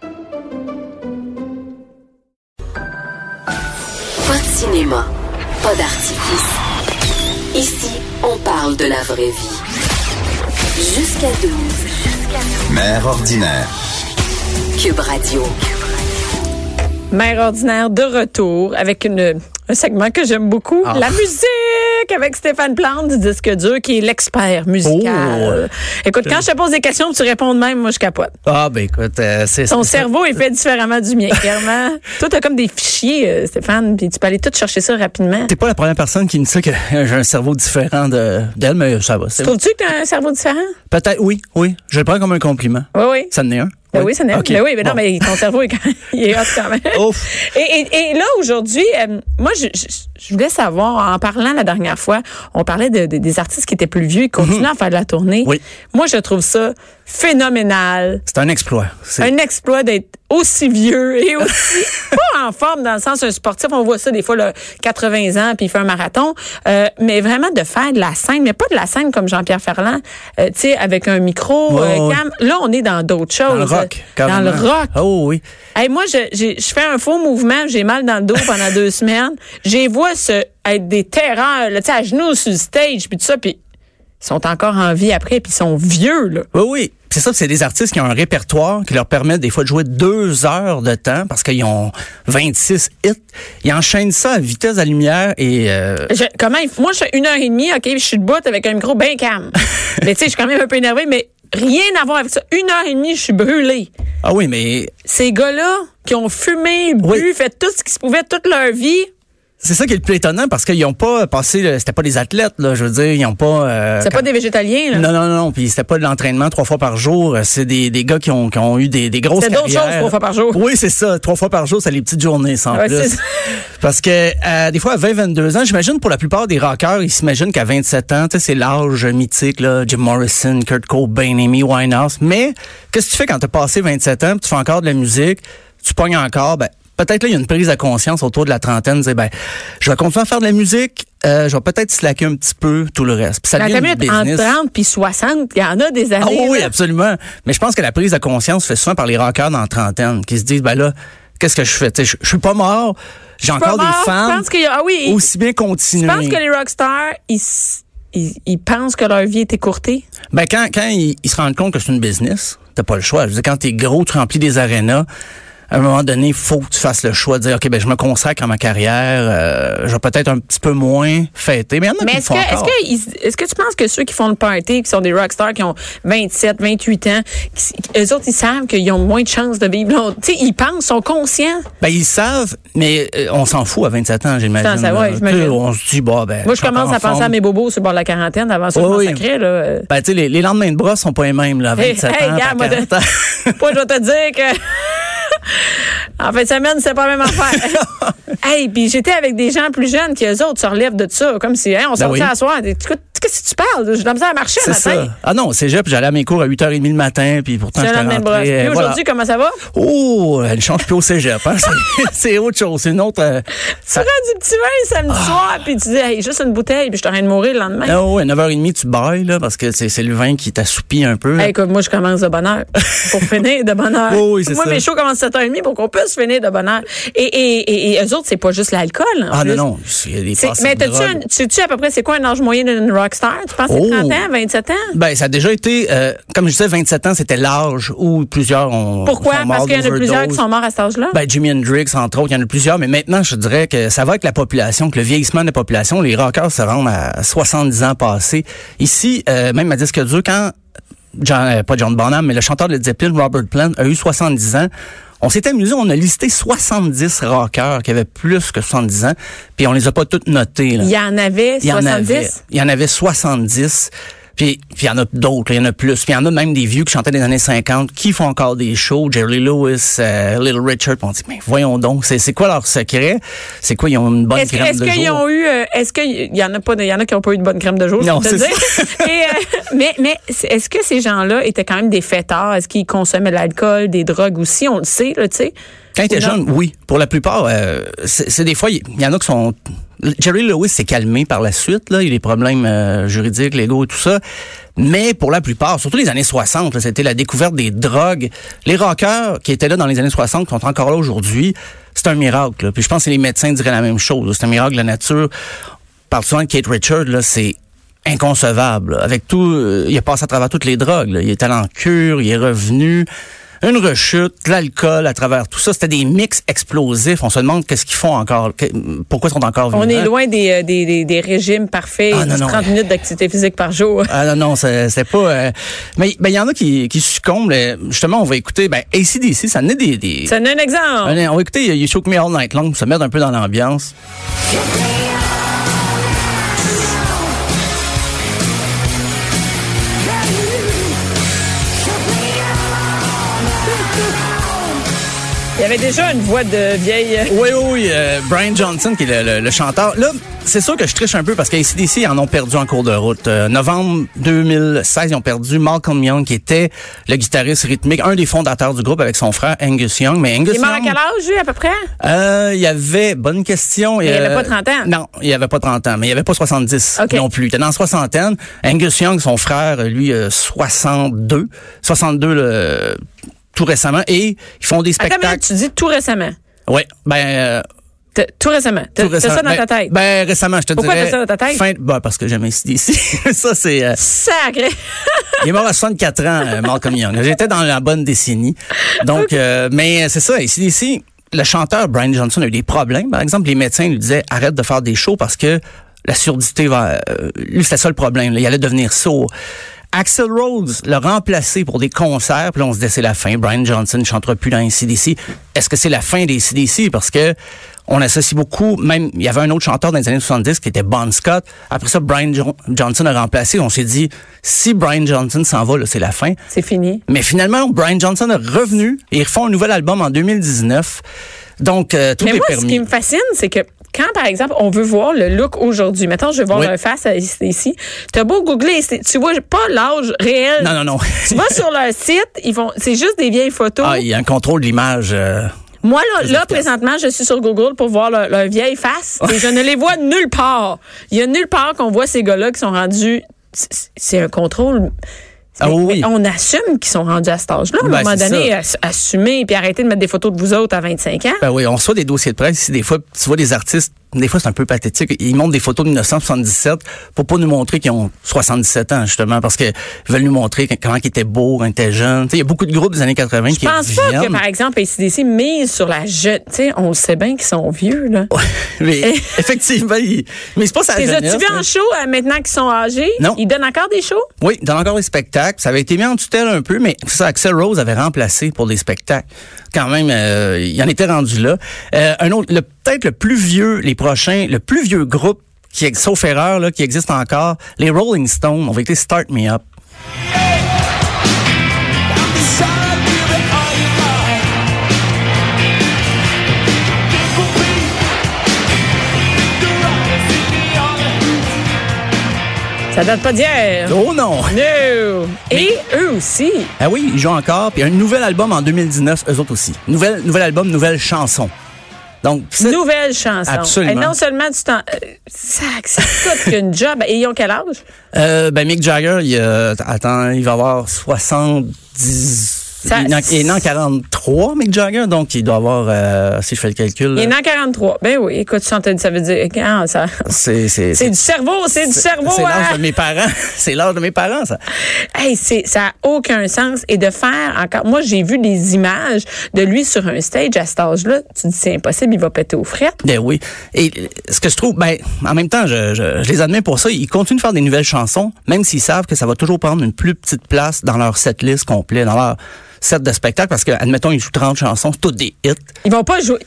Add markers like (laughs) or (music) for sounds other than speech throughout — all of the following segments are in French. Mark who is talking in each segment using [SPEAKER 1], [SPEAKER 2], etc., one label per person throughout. [SPEAKER 1] Pas de cinéma, pas d'artifice. Ici, on parle de la vraie vie. Jusqu'à 12.
[SPEAKER 2] Mère ordinaire.
[SPEAKER 1] Cube Radio.
[SPEAKER 3] Mère ordinaire de retour avec une, un segment que j'aime beaucoup,
[SPEAKER 4] Ah.
[SPEAKER 3] la musique avec Stéphane Plante du disque dur qui est l'expert musical.
[SPEAKER 4] Oh!
[SPEAKER 3] Écoute, quand je te pose des questions, tu réponds de même, moi je capote.
[SPEAKER 4] Ah, ben écoute, euh, c'est
[SPEAKER 3] Ton
[SPEAKER 4] c'est-
[SPEAKER 3] cerveau est fait différemment du mien,
[SPEAKER 4] (laughs)
[SPEAKER 3] clairement. Toi, t'as comme des fichiers, euh, Stéphane, puis tu peux aller tout chercher ça rapidement.
[SPEAKER 4] T'es pas la première personne qui me dit ça que j'ai un cerveau différent de- d'elle, mais ça va. c'est-
[SPEAKER 3] Trouves-tu que t'as un cerveau différent?
[SPEAKER 4] Peut-être, oui, oui. Je le prends comme un compliment.
[SPEAKER 3] Oui, oui.
[SPEAKER 4] Ça en est un?
[SPEAKER 3] Ben oui, ça n'est.
[SPEAKER 4] Ok,
[SPEAKER 3] Ben oui, mais non,
[SPEAKER 4] bon. Oh,
[SPEAKER 3] mais ton cerveau est quand il est hot quand même.
[SPEAKER 4] Ouf.
[SPEAKER 3] Et, et- et là, aujourd'hui, euh, moi, je, je- je voulais savoir, en parlant la dernière fois, on parlait de- de- des artistes qui étaient plus vieux et continuent à faire de la tournée.
[SPEAKER 4] Mhm. Oui.
[SPEAKER 3] Moi, je trouve ça phénoménal.
[SPEAKER 4] C'est un exploit. C'est-
[SPEAKER 3] Un exploit d'être aussi vieux
[SPEAKER 4] (laughs)
[SPEAKER 3] et aussi pas en forme dans le sens un sportif. On voit ça des fois, là, 80 ans, puis il fait un marathon. Euh, mais vraiment de faire de la scène, mais pas de la scène comme Jean-Pierre Ferland, euh, tu sais, avec un micro,
[SPEAKER 4] Ouais,
[SPEAKER 3] euh,
[SPEAKER 4] ouais.
[SPEAKER 3] cam. Là, on est dans d'autres choses.
[SPEAKER 4] Dans le rock,
[SPEAKER 3] Dans le
[SPEAKER 4] carrément.
[SPEAKER 3] rock.
[SPEAKER 4] Oh oui.
[SPEAKER 3] Hey, moi, je, j'ai- je fais un faux mouvement, j'ai mal dans le dos pendant deux (laughs) semaines. J'ai vois se être des terreurs, là, tu sais, à genoux sur le stage, puis tout ça, puis ils sont encore en vie après, puis ils sont vieux, là.
[SPEAKER 4] Oui, oui. Puis C'est ça, c'est des artistes qui ont un répertoire qui leur permet des fois de jouer deux heures de temps parce qu'ils ont 26 hits. Ils enchaînent ça à vitesse à lumière et euh,
[SPEAKER 3] Je- comment il- moi, je fais une heure et demie, OK, je suis debout avec un micro bien
[SPEAKER 4] (laughs)
[SPEAKER 3] calme. mais tu sais, je suis quand même un peu énervée, mais rien à voir avec ça. Une heure et demie, je suis brûlée.
[SPEAKER 4] ah oui, mais
[SPEAKER 3] Ces gars-là qui ont fumé, bu,
[SPEAKER 4] Oui.
[SPEAKER 3] fait tout ce qu'ils se pouvait toute leur vie,
[SPEAKER 4] c'est ça qui est le plus étonnant parce qu'ils ont pas passé, le- c'était pas des athlètes là, je veux dire, ils ont pas. euh,
[SPEAKER 3] c'est
[SPEAKER 4] quand-
[SPEAKER 3] pas des végétaliens, là.
[SPEAKER 4] Non, non, non. Puis c'était pas de l'entraînement trois fois par jour. Euh, C'est des, des gars qui ont, qui ont eu des, des grosses
[SPEAKER 3] C'est
[SPEAKER 4] carrières.
[SPEAKER 3] d'autres choses, trois fois par jour.
[SPEAKER 4] Oui, c'est ça. Trois fois par jour, c'est les petites journées, sans
[SPEAKER 3] Ouais, c'est
[SPEAKER 4] plus.
[SPEAKER 3] ça. (laughs)
[SPEAKER 4] Parce que euh, des fois, à 20-22 ans, j'imagine pour la plupart des rockers, ils s'imaginent qu'à 27 ans, tu sais, c'est l'âge mythique, là, Jim Morrison, Kurt Cobain, Amy Winehouse. Mais qu'est-ce que tu fais quand t'as passé 27 ans, puis tu fais encore de la musique, tu pognes encore, ben, peut-être là, il y a une prise de conscience autour de la trentaine, de dire, ben, je vais continuer à faire de la musique, euh, je vais peut-être slacker un petit peu tout le reste. Puis ça
[SPEAKER 3] Dans
[SPEAKER 4] devient
[SPEAKER 3] ta
[SPEAKER 4] une
[SPEAKER 3] minute, entre
[SPEAKER 4] business.
[SPEAKER 3] 30 puis 60, il y en a des années.
[SPEAKER 4] Ah oui, oui,
[SPEAKER 3] là.
[SPEAKER 4] absolument. Mais je pense que la prise de conscience se fait souvent par les rockers dans la trentaine qui se disent, ben là, qu'est-ce que je fais? Tu sais, Je je suis pas mort, j'ai
[SPEAKER 3] Pas
[SPEAKER 4] encore
[SPEAKER 3] mort,
[SPEAKER 4] des
[SPEAKER 3] Je
[SPEAKER 4] fans.
[SPEAKER 3] pense qu'il y a- ah oui, ils-
[SPEAKER 4] Aussi bien
[SPEAKER 3] je
[SPEAKER 4] continuer.
[SPEAKER 3] pense que les rockstars, ils, s- ils, ils pensent que leur vie est écourtée.
[SPEAKER 4] Ben quand, quand ils, ils se rendent compte que c'est une business, t'as pas le choix. Je veux dire, quand t'es gros, tu remplis des arénas. À un moment donné, faut que tu fasses le choix de dire, OK, ben, je me consacre à ma carrière, euh, je vais peut-être un petit peu moins fêter. Mais il y en a qui
[SPEAKER 3] Mais
[SPEAKER 4] le
[SPEAKER 3] est-ce
[SPEAKER 4] font
[SPEAKER 3] que,
[SPEAKER 4] encore.
[SPEAKER 3] est-ce que, ils- est-ce que tu penses que ceux qui font le party, qui sont des rockstars, qui ont 27, 28 ans, qui- eux autres, ils savent qu'ils ont moins de chances de vivre longtemps. Tu sais, ils pensent, sont conscients.
[SPEAKER 4] Ben, ils savent, mais euh, on s'en fout à 27 ans, j'imagine.
[SPEAKER 3] Ça, ça, ouais,
[SPEAKER 4] là.
[SPEAKER 3] j'imagine.
[SPEAKER 4] Tu sais, On se dit, bah, ben.
[SPEAKER 3] Moi, je
[SPEAKER 4] suis
[SPEAKER 3] commence
[SPEAKER 4] encore en
[SPEAKER 3] à penser
[SPEAKER 4] forme.
[SPEAKER 3] à mes bobos sur le bord de la quarantaine avant ça,
[SPEAKER 4] Oui,
[SPEAKER 3] je m'en
[SPEAKER 4] oui.
[SPEAKER 3] sacrais, là. Euh,
[SPEAKER 4] Ben, tu sais, les, les lendemains de bras sont pas les mêmes, là, à 27
[SPEAKER 3] hey,
[SPEAKER 4] ans,
[SPEAKER 3] gars,
[SPEAKER 4] puis à
[SPEAKER 3] moi,
[SPEAKER 4] 40
[SPEAKER 3] de- (laughs)
[SPEAKER 4] ans. (laughs)
[SPEAKER 3] Moi, je vais te dire que. (laughs) En fin de semaine, c'est pas la même affaire. hey, puis j'étais avec des gens plus jeunes qui eux autres se relèvent de ça, comme si hein, on sortait
[SPEAKER 4] Ben oui.
[SPEAKER 3] à soir. Écoute, qu'est-ce que tu parles? J'ai de la misère à marcher le
[SPEAKER 4] C'est
[SPEAKER 3] matin.
[SPEAKER 4] ça. Ah non, au cégep, j'allais à mes cours à 8h30 le matin, puis pourtant,
[SPEAKER 3] C'est
[SPEAKER 4] j'étais
[SPEAKER 3] le
[SPEAKER 4] rentré.
[SPEAKER 3] même bras. Puis
[SPEAKER 4] euh, voilà.
[SPEAKER 3] aujourd'hui, comment ça va?
[SPEAKER 4] Oh, elle change plus au cégep, hein. C'est- (laughs) C'est autre chose, c'est une autre...
[SPEAKER 3] (laughs)
[SPEAKER 4] euh,
[SPEAKER 3] Tu
[SPEAKER 4] ça-
[SPEAKER 3] prends du petit vin samedi soir, puis tu dis, hey, juste une bouteille, puis je suis en train de mourir le lendemain.
[SPEAKER 4] Ah ouais, à 9h30, tu bailles, là, parce que c'est c'est le vin qui t'assoupit un peu.
[SPEAKER 3] Hey, écoute, moi, je commence de bonne heure. Pour finir de bonne
[SPEAKER 4] (laughs)
[SPEAKER 3] heure.
[SPEAKER 4] Oui, oui, c'est
[SPEAKER 3] moi,
[SPEAKER 4] ça.
[SPEAKER 3] mes shows commencent à 7h30 pour qu'on puisse finir de bonne heure. Et, et, et, et eux autres, c'est pas juste l'alcool. en
[SPEAKER 4] ah
[SPEAKER 3] plus.
[SPEAKER 4] non, non, il y a des
[SPEAKER 3] C'est-
[SPEAKER 4] passes
[SPEAKER 3] Mais
[SPEAKER 4] de
[SPEAKER 3] t'as-tu
[SPEAKER 4] drogue.
[SPEAKER 3] un- tu sais-tu à peu près c'est quoi un âge moyen d'une rockstar? Tu penses que c'est
[SPEAKER 4] Oh.
[SPEAKER 3] 30 ans, 27 ans?
[SPEAKER 4] Ben, ça a déjà été, euh, comme je disais, 27 ans, c'était l'âge où plusieurs ont
[SPEAKER 3] Pourquoi?
[SPEAKER 4] sont morts
[SPEAKER 3] Parce qu'il y en a plusieurs qui
[SPEAKER 4] d'overdose.
[SPEAKER 3] sont morts à cet âge-là?
[SPEAKER 4] Ben, Jimi Hendrix, entre autres, il y en a plusieurs, mais maintenant, je dirais que ça va avec la population, que le vieillissement de la population, les rockers se rendent à 70 ans passés. Ici, euh, même à Disque dur, quand, John, euh, pas John Bonham, mais le chanteur de Led Zeppelin, Robert Plant, a eu 70 ans, on s'est amusé, on a listé 70 rockers qui avaient plus que 70 ans, puis on les a pas toutes notés. Là.
[SPEAKER 3] Il y en avait
[SPEAKER 4] Il y en
[SPEAKER 3] 70.
[SPEAKER 4] avait. Il y en avait 70. Puis Puis puis il y en a d'autres, là, il y en a plus. Puis il y en a même des vieux qui chantaient des années 50 qui font encore des shows. Jerry Lewis, euh, Little Richard. puis On dit, mais voyons donc, c'est c'est quoi leur secret? C'est quoi, ils ont une bonne
[SPEAKER 3] Est-ce que-
[SPEAKER 4] crème
[SPEAKER 3] est-ce
[SPEAKER 4] de
[SPEAKER 3] qu'ils
[SPEAKER 4] jour?
[SPEAKER 3] ont eu euh, Est-ce qu'il y en a pas de- y en a qui ont pas eu de bonne crème de jour je
[SPEAKER 4] Non,
[SPEAKER 3] vais te
[SPEAKER 4] c'est
[SPEAKER 3] dire. (laughs) Et, euh, mais mais c'est- est-ce que ces gens-là étaient quand même des fêtards Est-ce qu'ils consommaient de l'alcool, des drogues aussi On le sait, là, tu sais.
[SPEAKER 4] Quand il était
[SPEAKER 3] Ou non?
[SPEAKER 4] jeune, oui. Pour la plupart, euh, c'est c'est des fois, il y, en a qui sont... Jerry Lewis s'est calmé par la suite, là. Il y a eu des problèmes euh, juridiques, légaux et tout ça. Mais pour la plupart, surtout les années 60, là, c'était la découverte des drogues. Les rockers qui étaient là dans les années 60, qui sont encore là aujourd'hui, c'est un miracle. là. Puis je pense que les médecins diraient la même chose. là. C'est un miracle de la nature. On parle souvent de Kate Richard, là, c'est inconcevable. là. Avec tout, euh, il a passé à travers toutes les drogues. là. Il est allé en cure, il est revenu. Une rechute, de l'alcool à travers tout ça, c'était des mix explosifs. On se demande qu'est-ce qu'ils font encore, que- pourquoi ils sont encore vivants.
[SPEAKER 3] On est loin des, euh, des, des, des régimes parfaits,
[SPEAKER 4] Ah, non,
[SPEAKER 3] du
[SPEAKER 4] non.
[SPEAKER 3] 30 minutes d'activité physique par jour.
[SPEAKER 4] Ah non, non, c'est c'est pas... euh, mais ben, il y en a qui, qui succombent. là. Justement, on va écouter... Ben, ACDC, ça venait des... des
[SPEAKER 3] Ça donne un exemple.
[SPEAKER 4] on va écouter euh, You Shook Me All Night Long pour se mettre un peu dans l'ambiance.
[SPEAKER 3] Il y avait déjà une voix de vieille. euh,
[SPEAKER 4] Oui, oui, oui, euh, Brian Johnson, qui est le, le- le chanteur. Là, c'est sûr que je triche un peu parce qu'ACDC, ils en ont perdu en cours de route. Euh, novembre 2016, ils ont perdu Malcolm Young, qui était le guitariste rythmique, un des fondateurs du groupe avec son frère Angus Young. Mais Angus
[SPEAKER 3] Il est mort à
[SPEAKER 4] Young,
[SPEAKER 3] quel âge, lui, à peu près?
[SPEAKER 4] euh, il y avait, bonne question.
[SPEAKER 3] Mais il
[SPEAKER 4] euh,
[SPEAKER 3] avait pas 30 ans.
[SPEAKER 4] Non, il avait pas 30 ans, mais il avait pas 70
[SPEAKER 3] OK.
[SPEAKER 4] non plus. Il était dans la soixantaine. Angus Young, son frère, lui, euh, 62. 62, le- tout récemment. Et ils font des
[SPEAKER 3] Attends,
[SPEAKER 4] spectacles.
[SPEAKER 3] mais là, tu dis tout récemment.
[SPEAKER 4] Ouais, ben, euh,
[SPEAKER 3] T'as- Tout récemment. T'as
[SPEAKER 4] tout
[SPEAKER 3] t'as ça dans
[SPEAKER 4] récemment.
[SPEAKER 3] ta
[SPEAKER 4] Ben-
[SPEAKER 3] tête.
[SPEAKER 4] Ben, récemment, je te
[SPEAKER 3] Pourquoi
[SPEAKER 4] dirais.
[SPEAKER 3] t'as ça dans ta tête?
[SPEAKER 4] Fin, ben, parce que j'aime ici. (laughs) ça, c'est... euh,
[SPEAKER 3] Sacré.
[SPEAKER 4] il est mort à 64 ans, euh, Malcolm Young. J'étais dans la bonne décennie. Donc, euh, mais c'est ça, ici, ici, le chanteur Brian Johnson a eu des problèmes. Par exemple, les médecins lui disaient arrête de faire des shows parce que la surdité va. euh, lui, c'était ça le problème. là. Il allait devenir sourd. Axel Rhodes l'a remplacé pour des concerts, puis là, on se disait c'est la fin. Brian Johnson ne chantera plus dans les CDC. Est-ce que c'est la fin des CDC? Parce que on associe beaucoup, même, il y avait un autre chanteur dans les années 70 qui était Bon Scott. Après ça, Brian Jo- Johnson a remplacé. On s'est dit, si Brian Johnson s'en va, là, c'est la fin.
[SPEAKER 3] C'est fini.
[SPEAKER 4] Mais finalement, Brian Johnson est revenu et ils refont un nouvel album en 2019. Donc, euh, tout
[SPEAKER 3] Mais
[SPEAKER 4] est
[SPEAKER 3] moi, ce
[SPEAKER 4] permis.
[SPEAKER 3] qui me fascine, c'est que quand, par exemple, on veut voir le look aujourd'hui, mettons, je vais voir
[SPEAKER 4] Oui.
[SPEAKER 3] un face à- ici, t'as beau googler, c'est- tu vois pas l'âge réel.
[SPEAKER 4] Non, non,
[SPEAKER 3] (laughs)
[SPEAKER 4] non.
[SPEAKER 3] Tu vas sur leur site, ils vont, c'est juste des vieilles photos.
[SPEAKER 4] Ah, il y a un contrôle de l'image. euh,
[SPEAKER 3] Moi, là, là, présentement, je suis sur Google pour voir leur, leur vieille face et je ne les vois nulle part. Il y a nulle part qu'on voit ces gars-là qui sont rendus. c'est- C'est un contrôle.
[SPEAKER 4] Ah
[SPEAKER 3] Mais-
[SPEAKER 4] oui.
[SPEAKER 3] mais On assume qu'ils sont rendus à cet âge-là. À un
[SPEAKER 4] Ben,
[SPEAKER 3] moment
[SPEAKER 4] c'est
[SPEAKER 3] donné, assumer assumer puis arrêter de mettre des photos de vous autres à 25 ans.
[SPEAKER 4] Ben oui, on reçoit des dossiers de presse. ici, Des fois, tu vois des artistes, des fois, c'est un peu pathétique. Ils montrent des photos de 1977 pour pas nous montrer qu'ils ont 77 ans, justement, parce qu'ils veulent nous montrer que- comment ils étaient beaux, quand ils étaient jeunes. Tu sais, Il y a beaucoup de groupes des années 80 qui
[SPEAKER 3] Je pense pas
[SPEAKER 4] viennent.
[SPEAKER 3] que, par exemple, ACDC mise sur la jeune. Tu sais, on sait bien qu'ils sont vieux, là.
[SPEAKER 4] (laughs)
[SPEAKER 3] (laughs)
[SPEAKER 4] mais, effectivement, ils- mais c'est pas ça.
[SPEAKER 3] Les as-tu
[SPEAKER 4] jeunesse,
[SPEAKER 3] vu
[SPEAKER 4] hein.
[SPEAKER 3] en show euh, maintenant qu'ils sont âgés?
[SPEAKER 4] Non.
[SPEAKER 3] Ils donnent encore des shows?
[SPEAKER 4] Oui, dans encore des spectacles. Ça avait été mis en tutelle un peu, mais c'est ça, Axel Rose avait remplacé pour des spectacles. Quand même, euh, il en était rendu là. Euh, un autre, le- peut-être le plus vieux, les prochains, le plus vieux groupe qui, ex- sauf erreur, là, qui existe encore, les Rolling Stones. On va écouter Start Me Up.
[SPEAKER 3] Ça date pas d'hier.
[SPEAKER 4] Oh non!
[SPEAKER 3] No. Et eux aussi.
[SPEAKER 4] Ah oui, ils jouent encore. Puis un nouvel album en 2019, eux autres aussi. Nouvel, nouvel album, nouvelle chanson. Donc, c'est-
[SPEAKER 3] Nouvelle chanson.
[SPEAKER 4] Absolument.
[SPEAKER 3] Et non seulement tu t'en. euh, Sac, c'est tout qu'une job. Et ils ont quel âge?
[SPEAKER 4] Euh, ben Mick Jagger, il, a- attends, il va avoir 70...
[SPEAKER 3] Ça-
[SPEAKER 4] il, est en, il est en 43, Mick Jagger, donc il doit avoir, euh, si je fais le calcul,
[SPEAKER 3] Il est né en 43. Ben oui, écoute, ça, ça veut dire. Ah, ça-
[SPEAKER 4] c'est... C'est
[SPEAKER 3] C'est
[SPEAKER 4] c'est-
[SPEAKER 3] du cerveau, c'est du cerveau.
[SPEAKER 4] c'est l'âge
[SPEAKER 3] hein?
[SPEAKER 4] de mes parents. (laughs) C'est l'âge de mes parents, ça.
[SPEAKER 3] Hey, c'est ça a aucun sens et de faire encore. Moi, j'ai vu des images de lui sur un stage à cet âge-là. Tu dis c'est impossible, il va péter aux frettes.
[SPEAKER 4] Ben oui. Et euh, ce que je trouve, ben, en même temps, je, je, je les admets pour ça. Ils continuent de faire des nouvelles chansons, même s'ils savent que ça va toujours prendre une plus petite place dans leur setlist complet, dans leur set de spectacle, parce que, admettons, ils jouent 30 chansons, c'est toutes des hits.
[SPEAKER 3] Ils vont pas jouer.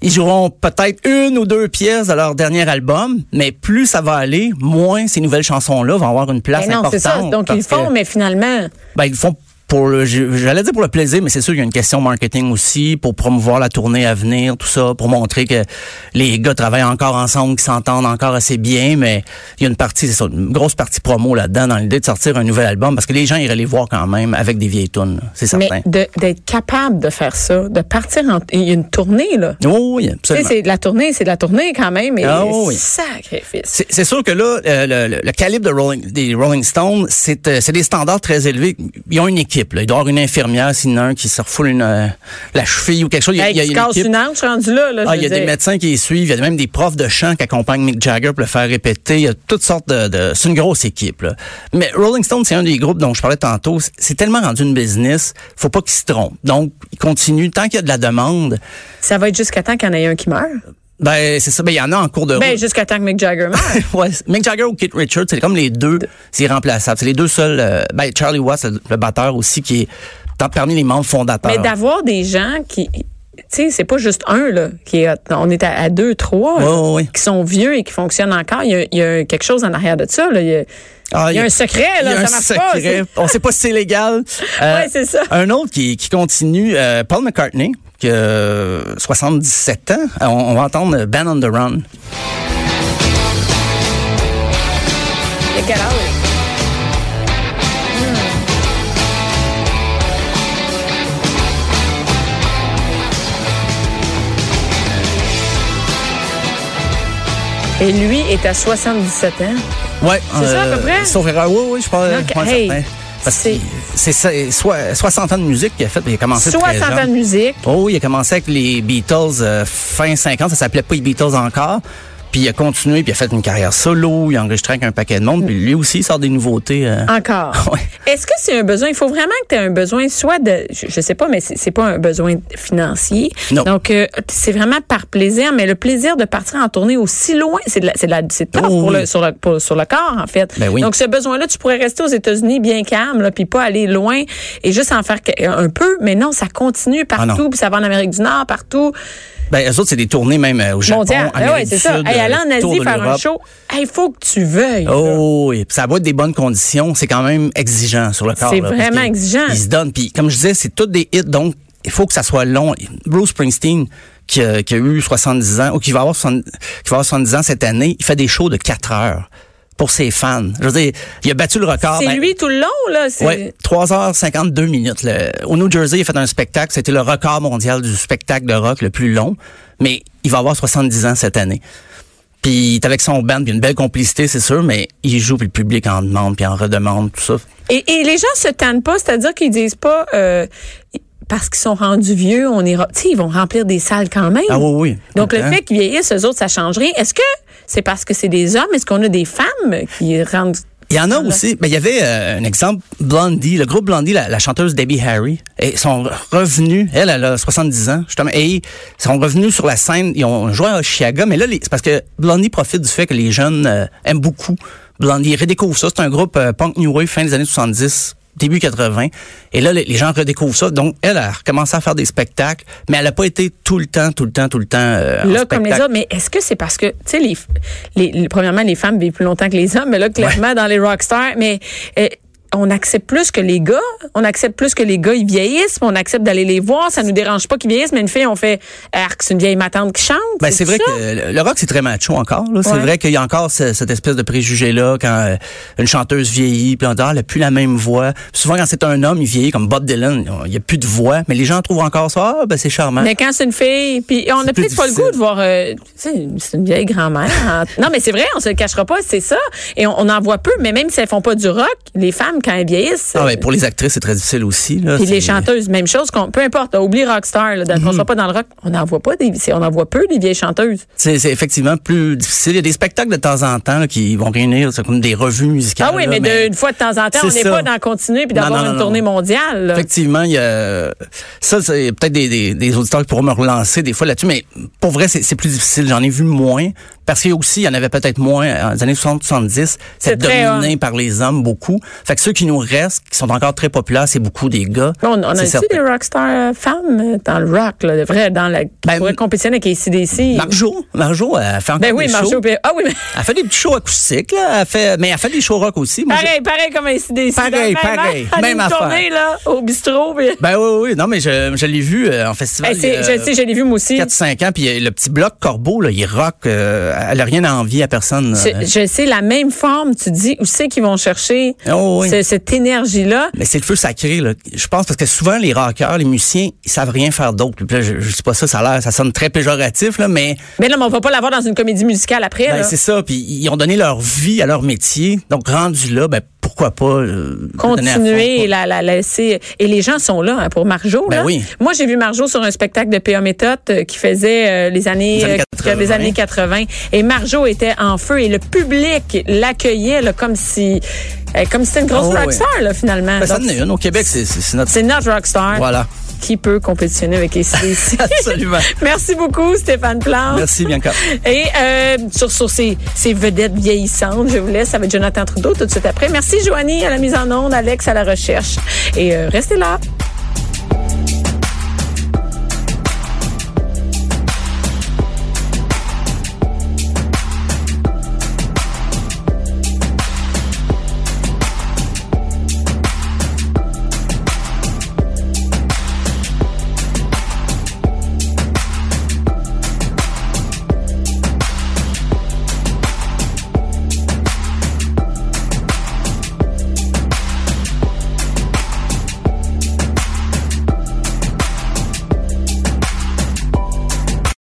[SPEAKER 4] Ils joueront peut-être une ou deux pièces de leur dernier album, mais plus ça va aller, moins ces nouvelles chansons-là vont avoir une place
[SPEAKER 3] Ben non,
[SPEAKER 4] importante.
[SPEAKER 3] c'est ça. Donc, ils le
[SPEAKER 4] parce que-
[SPEAKER 3] font, mais finalement,
[SPEAKER 4] ben, ils le font pour le, j'allais dire pour le plaisir, mais c'est sûr qu'il y a une question marketing aussi pour promouvoir la tournée à venir, tout ça, pour montrer que les gars travaillent encore ensemble, qu'ils s'entendent encore assez bien, mais il y a une partie, c'est ça, une grosse partie promo là-dedans dans l'idée de sortir un nouvel album parce que les gens iraient les voir quand même avec des vieilles tunes, là, c'est certain.
[SPEAKER 3] mais de- d'être capable de faire ça, de partir en il y a une tournée, là.
[SPEAKER 4] Oh oui,
[SPEAKER 3] Tu sais,
[SPEAKER 4] absolument.
[SPEAKER 3] c'est de la tournée, c'est de la tournée quand même, mais
[SPEAKER 4] Ah oui.
[SPEAKER 3] sacrifice.
[SPEAKER 4] C'est c'est sûr que là, euh, le, le- le calibre de Rolling- des Rolling Stones, c'est euh, c'est des standards très élevés. Ils ont une équipe. Là. Il doit y avoir une infirmière, s'il y en a un qui se refoule une, euh, la cheville ou quelque chose. Il y a-
[SPEAKER 3] Hey,
[SPEAKER 4] il y a
[SPEAKER 3] tu
[SPEAKER 4] une
[SPEAKER 3] casses
[SPEAKER 4] équipe.
[SPEAKER 3] Ben, une hanche rendu là, là
[SPEAKER 4] Ah,
[SPEAKER 3] je
[SPEAKER 4] il y a
[SPEAKER 3] veux
[SPEAKER 4] des
[SPEAKER 3] dire.
[SPEAKER 4] médecins qui les suivent, il y a même des profs de chant qui accompagnent Mick Jagger pour le faire répéter. Il y a toutes sortes de. de- c'est une grosse équipe. là. Mais Rolling Stone, c'est un des groupes dont je parlais tantôt. C'est- C'est tellement rendu une business, faut pas qu'ils se trompent. Donc, ils continuent tant qu'il y a de la demande.
[SPEAKER 3] Ça va être jusqu'à temps qu'il y en ait un qui meurt.
[SPEAKER 4] Ben, c'est ça. Ben, il y en a en cours de
[SPEAKER 3] Ben,
[SPEAKER 4] route.
[SPEAKER 3] jusqu'à temps que Mick Jagger meure.
[SPEAKER 4] (laughs) Ouais, Mick Jagger ou Kit Richards, c'est comme les deux, c'est remplaçable. C'est les deux seuls. euh, ben, Charlie Watts, le, le batteur aussi, qui est dans- parmi les membres fondateurs.
[SPEAKER 3] mais d'avoir des gens qui. Tu sais, c'est pas juste un, là, qui est hot. Non, On est à, à deux, trois, là,
[SPEAKER 4] Ouais, ouais, ouais.
[SPEAKER 3] qui sont vieux et qui fonctionnent encore. Il y a, il y a quelque chose en arrière de ça, là. Il y a,
[SPEAKER 4] Ah,
[SPEAKER 3] il y a un secret, là.
[SPEAKER 4] il y a
[SPEAKER 3] ça
[SPEAKER 4] un
[SPEAKER 3] marche pas.
[SPEAKER 4] secret.
[SPEAKER 3] c'est-
[SPEAKER 4] On sait pas si c'est légal.
[SPEAKER 3] (laughs)
[SPEAKER 4] Euh,
[SPEAKER 3] Ouais, c'est ça.
[SPEAKER 4] Un autre qui, qui continue, euh, Paul McCartney, qui a 77 ans. Euh, On, on va entendre Band on the Run.
[SPEAKER 3] Mais quel âge? Et lui est à 77 ans.
[SPEAKER 4] Ouais, euh,
[SPEAKER 3] C'est ça, à peu près?
[SPEAKER 4] Sauf erreur, oui, oui, je pense.
[SPEAKER 3] Donc,
[SPEAKER 4] je pense
[SPEAKER 3] hey,
[SPEAKER 4] certain. Parce que
[SPEAKER 3] c'est-
[SPEAKER 4] c'est ça, et soi- 60 ans de musique qu'il a fait. puis Il a commencé très
[SPEAKER 3] 60 ans
[SPEAKER 4] jeune.
[SPEAKER 3] de musique.
[SPEAKER 4] Oh, il a commencé avec les Beatles euh, fin 50, ça s'appelait pas les Beatles encore. Puis il a continué, puis il a fait une carrière solo, il a enregistré avec un paquet de monde, puis lui aussi il sort des nouveautés. euh.
[SPEAKER 3] Encore.
[SPEAKER 4] (laughs) Ouais.
[SPEAKER 3] Est-ce que c'est un besoin? Il faut vraiment que tu aies un besoin, soit de. Je, je sais pas, mais c'est c'est pas un besoin financier.
[SPEAKER 4] Non.
[SPEAKER 3] Donc, euh, c'est vraiment par plaisir, mais le plaisir de partir en tournée aussi loin, c'est de la- c'est de la- c'est tough
[SPEAKER 4] Oh,
[SPEAKER 3] pour
[SPEAKER 4] oui.
[SPEAKER 3] le, sur, le, pour- sur le corps, en fait.
[SPEAKER 4] Ben oui.
[SPEAKER 3] Donc, ce besoin-là, tu pourrais rester aux États-Unis bien calme, là, puis pas aller loin et juste en faire que- un peu, mais non, ça continue
[SPEAKER 4] Ah,
[SPEAKER 3] partout,
[SPEAKER 4] non.
[SPEAKER 3] puis ça va en Amérique du Nord, partout.
[SPEAKER 4] Ben eux autres c'est des tournées même euh, au Japon,
[SPEAKER 3] Mondial. Ah
[SPEAKER 4] Amérique
[SPEAKER 3] ouais,
[SPEAKER 4] du
[SPEAKER 3] c'est ça.
[SPEAKER 4] Sud,
[SPEAKER 3] Hey,
[SPEAKER 4] euh,
[SPEAKER 3] aller en
[SPEAKER 4] tour
[SPEAKER 3] Asie
[SPEAKER 4] de
[SPEAKER 3] faire un
[SPEAKER 4] l'Europe.
[SPEAKER 3] show, il faut que tu veuilles. là.
[SPEAKER 4] Oh, oui. Puis ça va être des bonnes conditions. C'est quand même exigeant sur le corps.
[SPEAKER 3] C'est
[SPEAKER 4] là, parce
[SPEAKER 3] vraiment
[SPEAKER 4] que
[SPEAKER 3] exigeant.
[SPEAKER 4] Ils se donnent. Puis comme je disais, c'est tous des hits, donc il faut que ça soit long. Bruce Springsteen, qui a, qui a eu 70 ans, ou qui va, avoir 70, qui va avoir 70 ans cette année, il fait des shows de 4 heures pour ses fans. Je veux dire, il a battu le record.
[SPEAKER 3] c'est
[SPEAKER 4] Ben,
[SPEAKER 3] lui tout le long, là. c'est-
[SPEAKER 4] Ouais, 3h52 minutes. le- au New Jersey, il a fait un spectacle. C'était le record mondial du spectacle de rock le plus long. Mais il va avoir 70 ans cette année. Puis il est avec son band, puis il y a une belle complicité, c'est sûr, mais il joue, puis le public en demande, puis en redemande, tout ça.
[SPEAKER 3] Et, et les gens se tannent pas, c'est-à-dire qu'ils disent pas euh, parce qu'ils sont rendus vieux, on ira. Tu sais, ils vont remplir des salles quand même.
[SPEAKER 4] Ah oui, oui.
[SPEAKER 3] Donc le
[SPEAKER 4] Hein?
[SPEAKER 3] fait qu'ils vieillissent, eux autres, ça change rien. Est-ce que c'est parce que c'est des hommes? Est-ce qu'on a des femmes qui rendent
[SPEAKER 4] Il y en a aussi. Ben, il y avait euh, un exemple, Blondie, le groupe Blondie, la, la chanteuse Debbie Harry, et ils sont revenus, elle, elle a 70 ans, justement, et ils sont revenus sur la scène, ils ont joué à Chicago, mais là, les- c'est parce que Blondie profite du fait que les jeunes euh, aiment beaucoup Blondie, ils redécouvrent ça. C'est un groupe euh, punk new wave fin des années 70, début 80. Et là, les, les gens redécouvrent ça. Donc, elle a recommencé à faire des spectacles, mais elle n'a pas été tout le temps, tout le temps, tout le temps euh, en
[SPEAKER 3] là comme les
[SPEAKER 4] spectacle.
[SPEAKER 3] autres? Mais est-ce que c'est parce que tu sais les, les, les- premièrement les femmes vivent plus longtemps que les hommes, mais là clairement dans les rockstars, mais euh, on accepte plus que les gars, on accepte plus que les gars ils vieillissent, on accepte d'aller les voir, ça nous dérange pas qu'ils vieillissent, mais une fille on fait arc, c'est une vieille matante qui chante.
[SPEAKER 4] Ben, c'est vrai
[SPEAKER 3] ça?
[SPEAKER 4] que le rock, c'est très macho encore. là. C'est
[SPEAKER 3] Ouais.
[SPEAKER 4] vrai qu'il y a encore ce- cette espèce de préjugé-là quand euh, une chanteuse vieillit, puis on dit, ah, elle n'a plus la même voix. Puis souvent, quand c'est un homme, il vieillit comme Bob Dylan, il n'y a plus de voix, mais les gens trouvent encore ça, ah, ben, c'est charmant.
[SPEAKER 3] Mais quand c'est une fille, puis on n'a
[SPEAKER 4] plus
[SPEAKER 3] peut-être pas le
[SPEAKER 4] difficile.
[SPEAKER 3] goût de voir, euh, tu sais, c'est une vieille grand-mère.
[SPEAKER 4] (laughs)
[SPEAKER 3] hein. non, mais c'est vrai, on se le cachera pas, c'est ça. Et on, on en voit peu, mais même si elles font pas du rock, les femmes quand elles vieillissent.
[SPEAKER 4] Ah, ben, pour les actrices, c'est très difficile aussi. Là,
[SPEAKER 3] puis les
[SPEAKER 4] C'est- Mm-hmm.
[SPEAKER 3] chanteuses, même chose. qu'on- Peu importe, oublie rockstar, là, qu'on soit pas dans le rock, on n'en voit pas des, c'est- on en voit peu des vieilles chanteuses.
[SPEAKER 4] C'est c'est effectivement plus difficile. Il y a des spectacles de temps en temps là, qui vont réunir, c'est comme des revues musicales.
[SPEAKER 3] Ah oui,
[SPEAKER 4] là,
[SPEAKER 3] mais, de- une fois de temps en temps, on
[SPEAKER 4] C'est
[SPEAKER 3] n'est
[SPEAKER 4] ça.
[SPEAKER 3] pas dans continuer puis
[SPEAKER 4] Non,
[SPEAKER 3] d'avoir
[SPEAKER 4] non,
[SPEAKER 3] une
[SPEAKER 4] non,
[SPEAKER 3] tournée
[SPEAKER 4] non.
[SPEAKER 3] mondiale. là.
[SPEAKER 4] Effectivement, il y a ça, c'est peut-être des, des, des auditeurs qui pourront me relancer des fois là-dessus, mais pour vrai, c'est c'est plus difficile. J'en ai vu moins parce qu'il y a aussi, il y en avait peut-être moins euh, dans les années 60-70.
[SPEAKER 3] C'est
[SPEAKER 4] C'est
[SPEAKER 3] très
[SPEAKER 4] dominé par les hommes beaucoup. Fait que ceux ceux qui nous restent, qui sont encore très populaires, c'est beaucoup des gars.
[SPEAKER 3] On, on a
[SPEAKER 4] C'est
[SPEAKER 3] aussi
[SPEAKER 4] certain.
[SPEAKER 3] des rockstars euh, femmes dans le rock, là, de vrai, dans la, qui
[SPEAKER 4] Ben,
[SPEAKER 3] pourraient compétitionner avec ACDC.
[SPEAKER 4] Marjo, Marjo, elle fait encore
[SPEAKER 3] Ben oui,
[SPEAKER 4] des
[SPEAKER 3] Marjo.
[SPEAKER 4] shows.
[SPEAKER 3] puis- Ah oui, mais
[SPEAKER 4] Elle fait des petits shows acoustiques, là. Elle fait, mais elle fait des shows rock aussi. Moi, j'ai-
[SPEAKER 3] pareil, pareil comme ACDC.
[SPEAKER 4] Pareil,
[SPEAKER 3] Dans le même
[SPEAKER 4] pareil,
[SPEAKER 3] heure,
[SPEAKER 4] même
[SPEAKER 3] aller me tourner, là, au bistrot. puis-
[SPEAKER 4] Ben oui, oui, non, mais je, je l'ai vu euh, en festival.
[SPEAKER 3] Hey, c'est-
[SPEAKER 4] euh,
[SPEAKER 3] je sais, je l'ai vu moi aussi.
[SPEAKER 4] 4-5 ans, puis euh, le petit bloc corbeau, là, il rock. euh, elle a rien à envier à personne.
[SPEAKER 3] Je,
[SPEAKER 4] euh.
[SPEAKER 3] je sais, la même forme, tu dis, où c'est qu'ils vont chercher
[SPEAKER 4] Oh oui.
[SPEAKER 3] ce- cette énergie-là?
[SPEAKER 4] Mais c'est le feu sacré, là. Je pense parce que souvent les rockers, les musiciens, ils savent rien faire d'autre. Puis là, je, je sais pas ça, ça a l'air, ça sonne très péjoratif, là, mais
[SPEAKER 3] Mais non, mais on va pas l'avoir dans une comédie musicale après.
[SPEAKER 4] ben,
[SPEAKER 3] Eh là.
[SPEAKER 4] c'est ça. Puis ils ont donné leur vie à leur métier. Donc rendu là, ben pourquoi pas euh, donner à fond,
[SPEAKER 3] Continuer
[SPEAKER 4] quoi.
[SPEAKER 3] et la, la laisser. Et les gens sont là hein, pour Marjo.
[SPEAKER 4] Ben
[SPEAKER 3] là.
[SPEAKER 4] oui.
[SPEAKER 3] Moi, j'ai vu Marjo sur un spectacle de P.A. Méthode euh, qui faisait euh, les années,
[SPEAKER 4] Les années
[SPEAKER 3] euh,
[SPEAKER 4] 80.
[SPEAKER 3] des années 80. Et Marjo était en feu et le public l'accueillait là, comme si euh, comme si c'était une grosse
[SPEAKER 4] Ah oui, oui.
[SPEAKER 3] rockstar, là, finalement.
[SPEAKER 4] Ben, ça
[SPEAKER 3] Donc,
[SPEAKER 4] en est une. Au Québec, c'est c'est- c'est notre.
[SPEAKER 3] c'est notre rockstar (laughs)
[SPEAKER 4] Voilà.
[SPEAKER 3] qui peut compétitionner avec
[SPEAKER 4] (laughs)
[SPEAKER 3] les six.
[SPEAKER 4] Absolument.
[SPEAKER 3] Merci beaucoup, Stéphane Plante.
[SPEAKER 4] Merci, Bianca.
[SPEAKER 3] Et euh, sur, sur ces, ces vedettes vieillissantes, je vous laisse avec Jonathan Trudeau tout de suite après. Merci, Joanie, à la mise en onde, Alex à la recherche. Et euh, restez là.